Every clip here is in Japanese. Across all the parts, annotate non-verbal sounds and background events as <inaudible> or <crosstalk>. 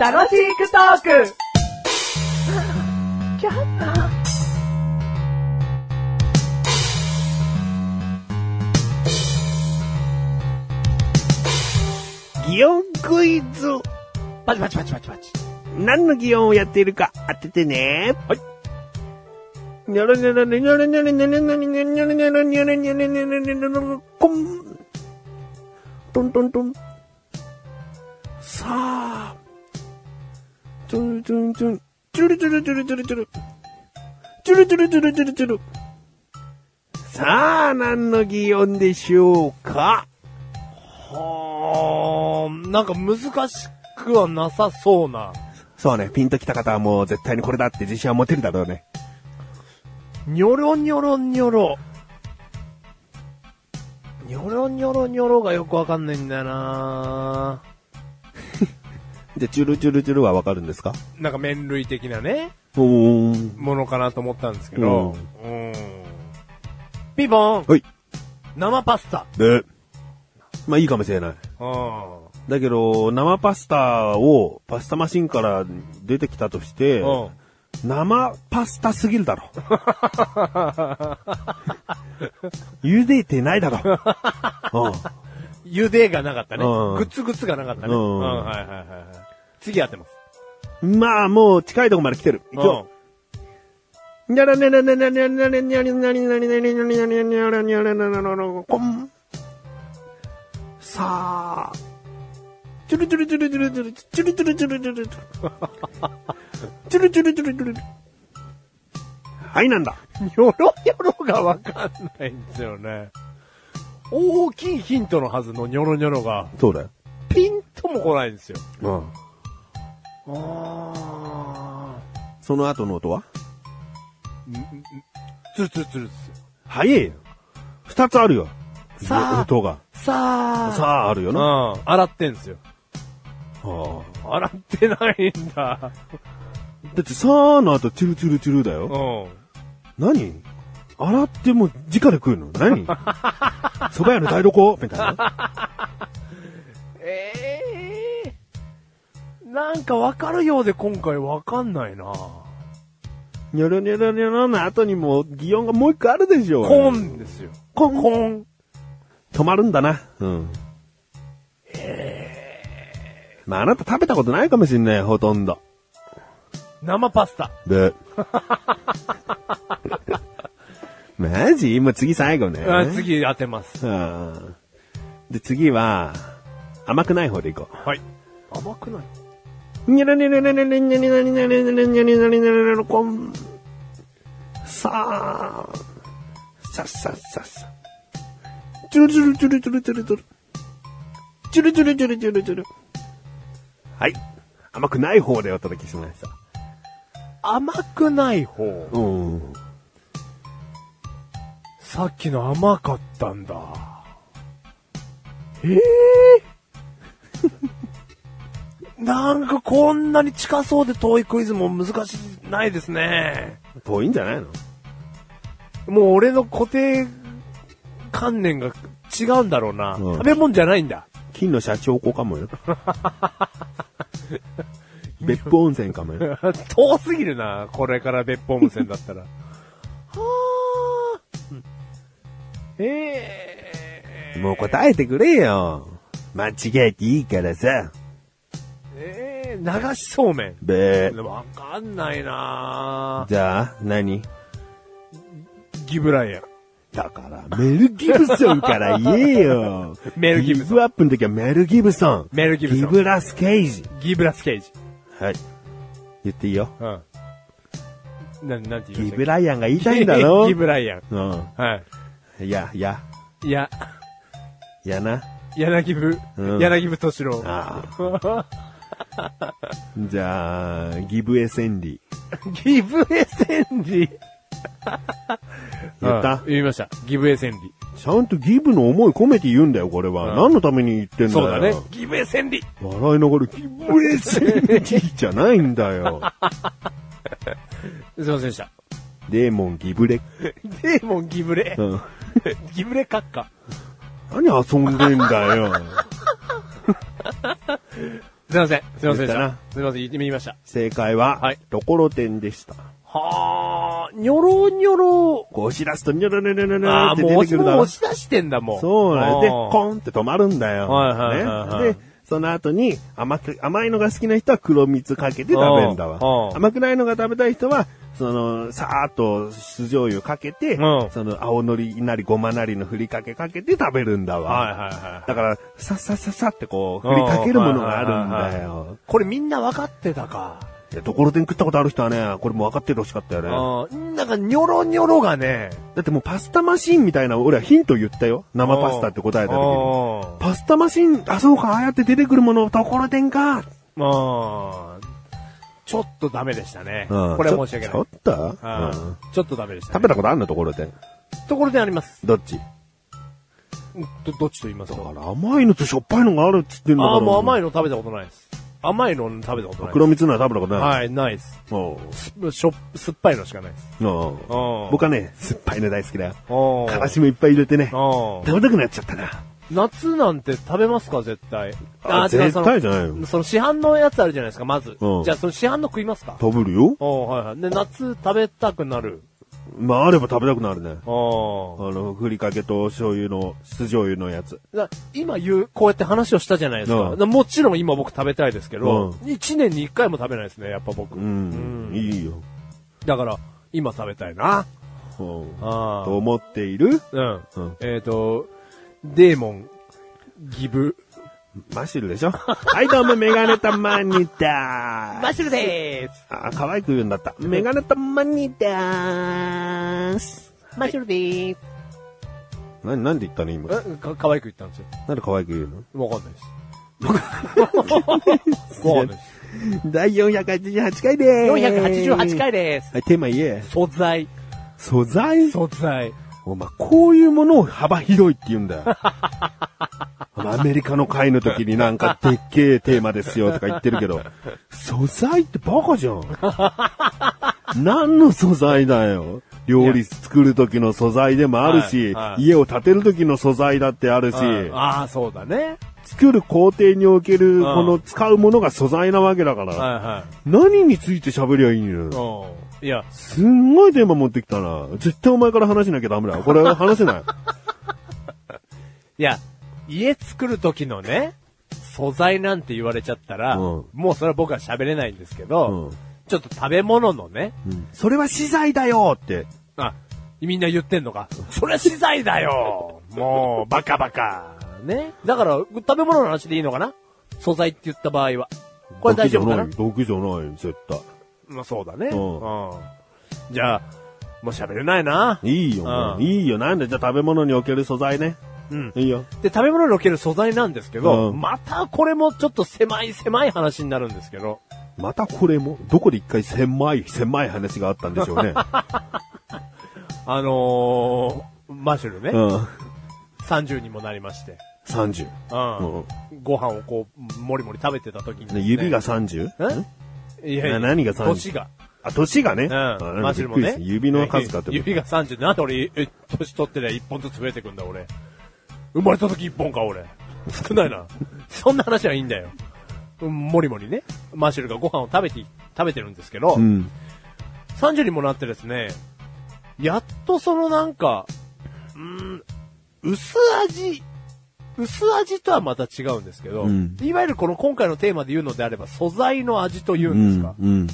楽しくトーク擬音クイズ。パチパチパチパチパチ。何の擬音をやっているか当ててね。はい。にゃらにゃらにゃらにゃらにゃらにゃらにゃらにゃらにゃらにゃらにゃらにゃらにゃらにゃらにゃらにゃらにゃらこん。トントントン。さあ。トゥルトゥルトゥル。トゥルトゥルトゥルトゥルトゥル。トゥルトゥルトゥルトゥルトゥル。さあ、何の擬音でしょうかはー、なんか難しくはなさそうな。そうね、ピンときた方はもう絶対にこれだって自信は持てるだろうね。にょろにょろにょろ。にょろにょろにょろがよくわかんないんだよなじゃあ、チュルチュルチュルはわかるんですかなんか麺類的なね、うーん。ものかなと思ったんですけど。うん。ピンポンはい。生パスタ。で、まあいいかもしれない。うん。だけど、生パスタをパスタマシンから出てきたとして、うん。生パスタすぎるだろ。 <laughs> 茹でてないだろ。う茹でがなかったね。うんグツグツがなかったね。ううんん、はいはいはいはい。次やってます。んまあ、もう近いとこまで来てる。うん行こう。にゃらにゃらにゃらにゃらにゃらにゃらにゃらにゃらにゃらにゃらにゃらにゃらにゃらにゃらにゃらにゃらにゃこん。さあ。チュルチュルチュルチュルチュルチュルチュルチュルチュルチュルチュルチュルチュルチュルはい、なんだ。ニ <laughs> ョロニョロがわかんないんですよね。大きいヒントのはずのニョロニョロが、そうだよ。ピンとも来ないんですよ。うん。あその後の音はー。つるつるつるですよ。早いよ。二つあるよ。さあ音が。さあ。さあ、あるよな。うん。洗ってんですよ。ああ洗ってないんだ。だってさあの後、チュルチュルチュルだよう。ん。何洗っても直で食うの何蕎麦屋の台所みたいな。ええー。なんかわかるようで今回わかんないなにょろにょろにょろの後にも擬音がもう一個あるでしょ。コンですよ。コンコン。止まるんだな。うん。まああなた食べたことないかもしんない、ほとんど。生パスタ。で。 <laughs> マジもう次最後ね。あ次当てます。うん。で、次は、甘くない方でいこう。はい。甘くないにゃらにゃらにゃらにゃらにゃらにゃらにゃらにゃらにゃらにゃらにゃらにゃらこん。さあ。さっさっさっさ。ちゅるちゅるちゅるちゅるちゅるちゅる。ちゅるちゅるちゅるちゅるちゅる。はい。甘くない方でお届けしました。甘くない方。うん。さっきの甘かったんだ。ええー、なんかこんなに近そうで遠いクイズも難しいないですね。遠いんじゃないのもう俺の固定観念が違うんだろうな。うん食べ物じゃないんだ。 <laughs> 金の社長子かもよ。別府温泉かもよ。遠すぎるな、これから別府温泉だったら。はあ。ええー。もう答えてくれよ。間違えていいからさ。ええー、流しそうめん。べー。わかんないなぁじゃあ、何ギブライアン。。だから、メル・ギブソンから言えよ <laughs> メルギブソンギブアップの時はメル・ギブソン。メルギブギソンブラス・ケイジ。ギブラスケージ。はい。言っていいよ。うん。な、なんて言いギましブたっライアンが言いけたいんだろ。 <laughs> ギブライアン。うん。はいや、いや、い。いや、いやな。柳部、うん柳部敏郎。ああ。じゃあ、ギブエ・センリ <laughs> ギブエセンリ。言ったうん言いました。ギブエセンリ。ー。ちゃんとギブの思い込めて言うんだよ、これは。うん何のために言ってんだよ。そうだね。ギブエセンリ。笑いながら、ギブエ・センリーじゃないんだ <laughs> よ。すいませんでした。デーモン・ギブレ。デーモンギブレ <laughs> う。ん。ギブレ閣下。何遊んでんだよ。すいません。すいませ言っんでしたたな。すいません、言ってみました。正解は、はいところてんでした。はあ、にょろにょろ。こう押し出すと、にょろにょろにょろあっあ、てもう出てくるだ押しもうろ。押し出してんだ、もう。そうなんです。で、あーコンって止まるんだよ。はいはいはいはいね、で、その後に甘く、甘いのが好きな人は黒蜜かけて食べるんだうんうわ。ん甘くないのが食べたい人は、その、さーっと酢醤油かけて、うんその、青のりなりごまなりのふりかけかけて食べるんだわ。はいはいはい。だから、さっさっさっさってこう、振りかけるものがあるんだよ。これみんな分かってたか。でところてん食ったことある人はね、これもう分かっててほしかったよね。うん。なんか、にょろにょろがね。だってもうパスタマシンみたいな、俺はヒント言ったよ。生パスタって答えた時に。あパスタマシン、あ、そうか、ああやって出てくるもの、ところてんか。あ。ちょっとダメでしたね。うんこれは申し訳ない。ちょちょっと、ううんんちょっとダメでした、ね。食べたことあんのところてん。ところであります。どっちど、どっちと言いますだかから甘いのとしょっぱいのがあるっつってんだから。ああ、もう甘いい。の食べたことないです。甘いの食べたことないです。黒蜜なら食べたことない。はい、ないです。おうすしょっ、酸っぱいのしかないです。おうおう僕はね、酸っぱいの大好きだよ。おからしもいっぱい入れてね。お食べたくなっちゃったな。夏なんて食べますか絶対。あーてかそ絶の対じゃないよその市販のやつあるじゃないですか、まず。うんじゃあその市販の食いますか食べるよ。おーはいはい。で、夏食べたくなる。まあ、あれば食べたくなるね。あおーの、ふりかけと醤油の、酢醤油のやつ。だ今言う、こうやって話をしたじゃないですか。うんだもちろん今僕食べたいですけど、う一年に一回も食べないですね、やっぱ僕。うん、うんいいよ。だから、今食べたいな。うんあと思っているうん。うんえっ、と、デーモン、ギブ。マシル <laughs> でしょはい、どうも、メガネたまにだーッシュルでーすあ、可愛く言うんだった。メガネたまにだーす。マッシュルでーすな、なんで言ったの今。え、か、可愛く言ったんですよ。なんで可愛く言うのわかんないです。わかんないです。 <laughs> 第488回でーす。回です。はい、テーマ言え。素材。素材素材。お前、こういうものを幅広いって言うんだよ。 <laughs> アメリカの会の時になん <laughs> かでっけえテーマですよとか言ってるけど、素材ってバカじゃん。何の素材だよ。料理作る時の素材でもあるし、はいはい家を建てる時の素材だってあるし、ああ、そうだね。作る工程におけるんこの使うものが素材なわけだから、は何について喋りゃいいんいだよ。はい。いや、すんごいテーマ持ってきたな。絶対お前から話しなきゃダメだよ。これは話せない。いや、家作る時のね、素材なんて言われちゃったら、うんもうそれは僕は喋れないんですけど、うんちょっと食べ物のね、それは資材だよって。あ、みんな言ってんのか。それは資材だよもう、バカバカ。ね。だから、食べ物の話でいいのかな素材って言った場合は。これ大丈夫かな毒じゃない、毒じゃない、絶対。まあそうだね。ううんん。じゃあ、もう喋れないな。いいよ、もううんいいよ。なんで、じゃあ食べ物における素材ね。うん。いいよ。で、食べ物における素材なんですけど、うんまたこれもちょっと狭い狭い話になるんですけど、またこれも、どこで一回狭い、狭い話があったんでしょうね。あのー、マシュルね、 <laughs> うん。 30にもなりまして、 30。うん。うんご飯をこう、もりもり食べてた時にですね、ね指が 30? えいやいや、な何が30年が。あ、年がね。あうん。なマんかジびっルくもりしねた。指の数かってこと指が30。なんで俺、え年取ってね、1本ずつ増えてくんだ、俺。生まれた時1本か、俺。少ないな。そんな話はいいんだよ。うんもりもりね、マシュルがご飯を食べて、食べてるんですけど、うん。 30にもなってですね、やっとそのなんか、うん、薄味、薄味とはまた違うんですけど、うんいわゆるこの今回のテーマで言うのであれば、素材の味というんですか。うんうん。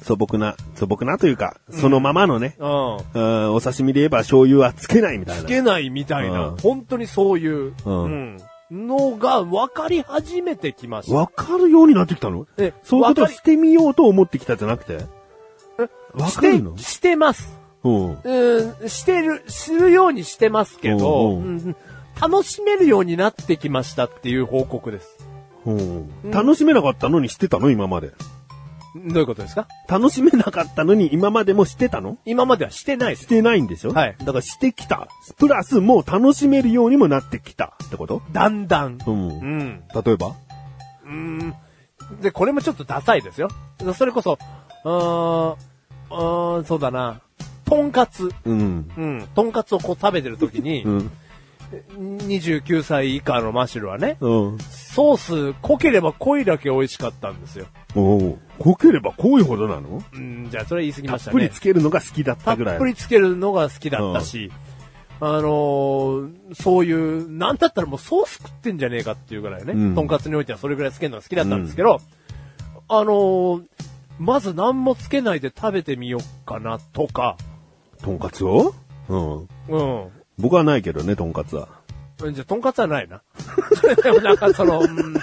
素朴な、素朴なというか、そのままのね。うんうん、お刺身で言えば醤油はつけないみたいな。つけないみたいな、うん本当にそういう、ううんん、のが分かり始めてきました。わかるようになってきたのえそういうことをわかりしてみようと思ってきたじゃなくてわしかるのて、してます。うん。うん、してる、するようにしてますけど、おうおううん楽しめるようになってきましたっていう報告です。うん。楽しめなかったのにしてたの今まで。どういうことですか楽しめなかったのに今までもしてたの今まではしてないでしす。てないんでしょはいだからしてきた。プラスもう楽しめるようにもなってきたってことだんだん。うんう例ん。えばうん。で、これもちょっとダサいですよ。それこそ、うーん、うーん、そうだな。とんかつ。うん。 <laughs> うん。とんかつをこう食べてるときに、うん。 29歳以下のマシュルはね、うん。ソース濃ければ濃いだけ美味しかったんですよ。おお。濃ければ濃いほどなのうん、じゃあそれ言い過ぎたまっしたぷりね。つけるのが好きだったぐらい。たっぷりつけるのが好きだったし、あのーそういう、なんだったらもうソース食ってんじゃねえかっていうぐらいね、うんとんかつにおいてはそれぐらいつけるのが好きだったんですけど、あのーまず何もつけないで食べてみようかなとか、とんかつをうん。うん。僕はないけどね、とんかつは。じゃあ、とんかつはないな。 <laughs> それでもなんかその、うん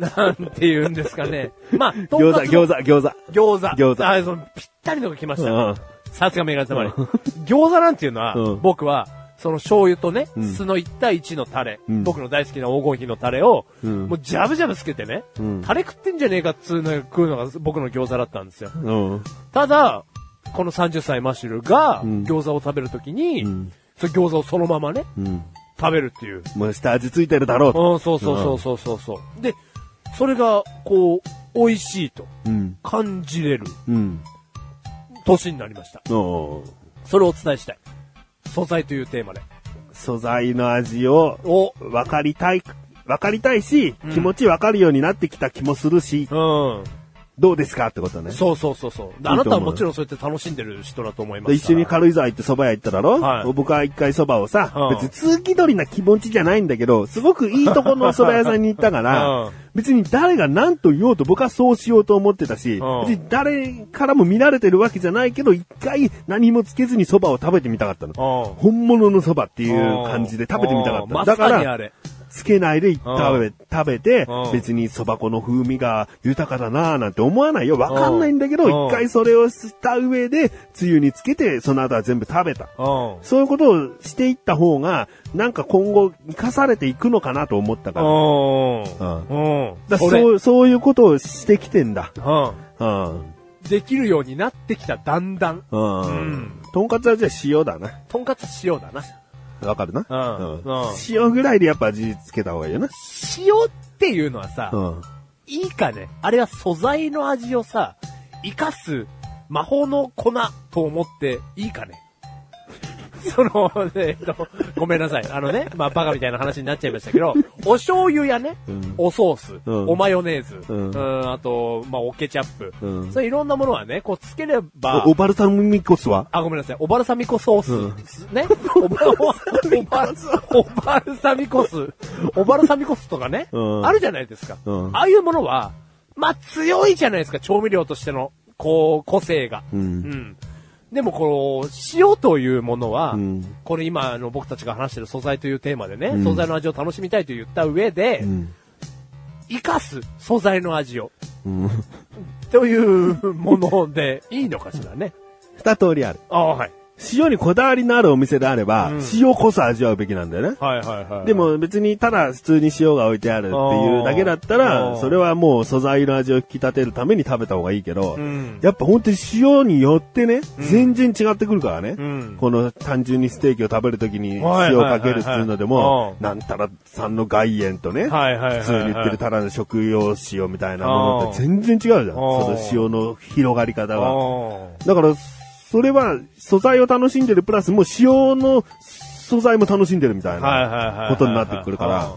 なんて言うんですかね。まあ、とん餃か子、つ餃子、餃子。餃子。餃子あ、その、ぴったりのが来ましうた。ん。さすがメガネたまり。うん餃子なんていうのは、うん僕は、その醤油とね、うん酢の1対1のタレ、うん僕の大好きな黄金比のタレを、うんもうジャブジャブつけてね、うんタレ食ってんじゃねえかっつうのが食うのが僕の餃子だったんですよ。うん。ただ、この30歳マッシュルが、うん餃子を食べるときに、んその餃子をそのままね、うん。食べるっていう。もう下味ついてるだろうと。うん、そうそうそうそうそうそう。で、それが、こう、美味しいとうん。感じれるうん。年になりました。おーそれをお伝えしたい。素材というテーマで。素材の味をお、分かりたい、分かりたいし、うん気持ち分かるようになってきた気もするし、うん。どうですかってことね。そうそうそうそう。であなたはもちろんそうやって楽しんでる人だと思いまです一緒に軽井沢行って蕎麦屋行っただろ、はい僕は一回蕎麦をさ、うん別に通気取りな気持ちじゃないんだけど、すごくいいとこの蕎麦屋さんに行ったかうらん、別に誰が何と言おうと僕はそうしようと思ってたし、うん別に誰からも見られてるわけじゃないけど、一回何もつけずに蕎麦を食べてみたかったの。うん。本物の蕎麦っていう感じで食べてみたかっうんまた。さだかにあら、れ。つけないで食うべ食べてうん、別に蕎麦粉の風味が豊かだなぁなんて思わないよ。わかんないんだけうんど、一回それをした上で、つゆにつけて、その後は全部食べた。うん。そういうことをしていった方が、なんか今後生かされていくのかなと思ったから。うん。うん。だから俺そう、そういうことをしてきてんだ。ううん。ん。できるようになってきた、だんだん。うんんとんかつはじゃあ塩だな。とんかつ塩だな。わかるな、うんうん塩ぐらいでやっぱ味つけた方がいいよな。塩っていうのはさ、うん。いいかね。あれは素材の味をさ、生かす魔法の粉と思っていいかね。 <laughs> その、えっと、ごめんなさい。あのね、まあ、バカみたいな話になっちゃいましたけ <laughs> ど、お醤油やね、うんおソース、うんおマヨネーズ、ううんん、あと、まあ、おケチャップ、うんそういろんなものはね、こう、つければお、オバルタミコスはあ、ごめんなさい。おばるさみこソース。ね。おば、おば、おばるさみこス。おばるさみこスとかね。うんあるじゃないですか。うんああいうものは、まあ強いじゃないですか。調味料としての、こう、個性が。うんんでも、この、塩というものは、うんこれ今、あの、僕たちが話してる素材というテーマでね、素材の味を楽しみたいと言った上で、うん。生かす素材の味を。うん。というもので、いいのかしらね。二通りある。ああ、はい。塩にこだわりのあるお店であれば、うん塩こそ味わうべきなんだよね。はいはいはい。でも別にただ普通に塩が置いてあるっていうだけだったあーら、それはもう素材の味を引き立てるために食べた方がいいけど、んやっぱ本当に塩によってね、全然違ってくるからね。うんこの単純にステーキを食べるときに塩はいはいはいはいかけるっていうのでも、なんたらさんの外塩とね、はいはいはいはい普通に売ってるただの食用塩みたいなものって全然違うじゃん。その塩の広がり方が。だから、それは素材を楽しんでるプラス、もう塩の素材も楽しんでるみたいはいはいはいはいなことになってくるから、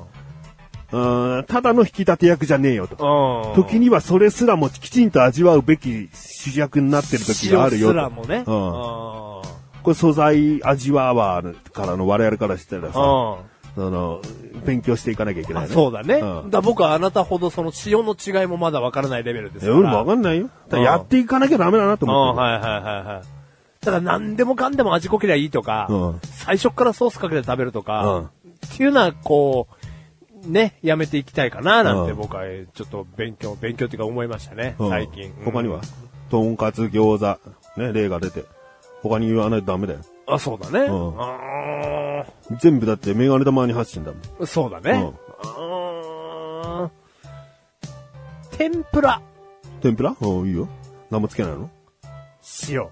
うーんただの引き立て役じゃねえよと。うん。時にはそれすらもきちんと味わうべき主役になってる時があるよと。塩すらもね。うん。これ素材味わうわーからの我々からしたらさ、うその、勉強していかなきゃいけん。ないあね。そうだね。うんだ僕はあなたほどその塩の違いもまだわからないレベルですいかやら。俺もわかんないよ。ただやっていかなきゃダメだなとうん、思ってる。はいはいはいはい。だから何でもかんでも味濃けりゃいいとか、うん最初からソースかけて食べるとか、っていうのはこう、ね、やめていきたいかな、なんうてん僕はえーちょっと勉強、勉強っていうか思いましたね、うん最近。他には、とんかつ、餃子、ね、例が出て。他に言わないとダメだよ。あ、そうだね。うんあ全部だってメガネ玉に走ってんだもん。ーそうだね。うーん天ぷら、天ぷらうん、いいよ。何もつけないの塩。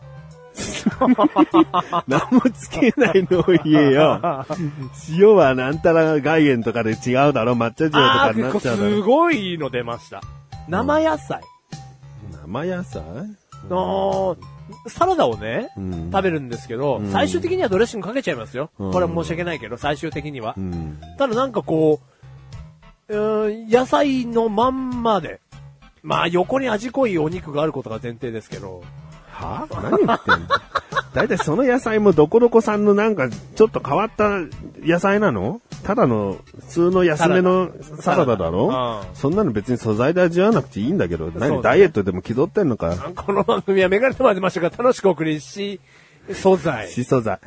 何もつけないのを言えよ。塩はなんたら外塩とかで違うだろ抹茶塩とあかあになー、っちゃうだすろごいの出ました。生野菜。生野菜の、サラダをね、うん食べるんですけど、ん最終的にはドレッシングかけちゃいますよ。うんこれは申し訳ないけど、最終的には。うん。ただなんかこう、うーん野菜のまんまで、まあ横に味濃いお肉があることが前提ですけど、は何言ってんの <laughs> だいたいその野菜もどこどこさんのなんかちょっと変わった野菜なのただの普通の安めのササララダダだろサラダうんそんなの別に素材で味わわなくていいんだけど、そう何ねダイエットでも気取ってんのかこの番組はメガネとまでましたが楽しくお送りし、素材。し素材。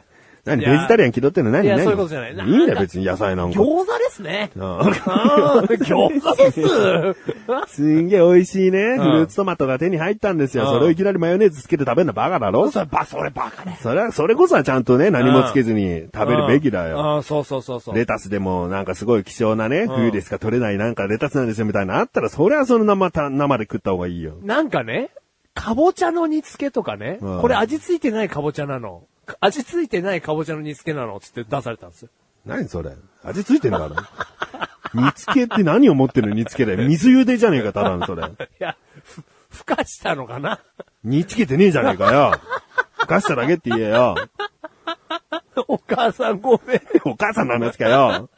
何いやベジタリアン気取ってんの何いや何そういうことじゃないいいなんだよ別に野菜なんか。餃子ですね。あああー餃子 <laughs> です。すんげえ美味しいね。んフルーツトマトが手に入ったんですよ。うんそれをいきなりマヨネーズつけて食べるのバカだろそれば、それバカね。それは、それこそはちゃんとね、何もつけずに食べるべきだよ。ああ、そうそうそうそう。レタスでもなんかすごい貴重なね、冬でしか取れないなんかレタスなんですよみたいなのあったら、それはその生た、生で食った方がいいよ。なんかね、かぼちゃの煮付けとかね、うんこれ味付いてないかぼちゃなの。か味付いてないかぼちゃの煮付けなのつって出されたんですよ。何それ味ついてんだ <laughs> から。煮付けって何を持ってる煮付けだよ。水茹でじゃねえか、ただのそれ。いや、ふ、ふかしたのかな <laughs> 煮付けてねえじゃねえかよ。おかしただけって言えよ。お母さんごめん。お母さんの話かよ。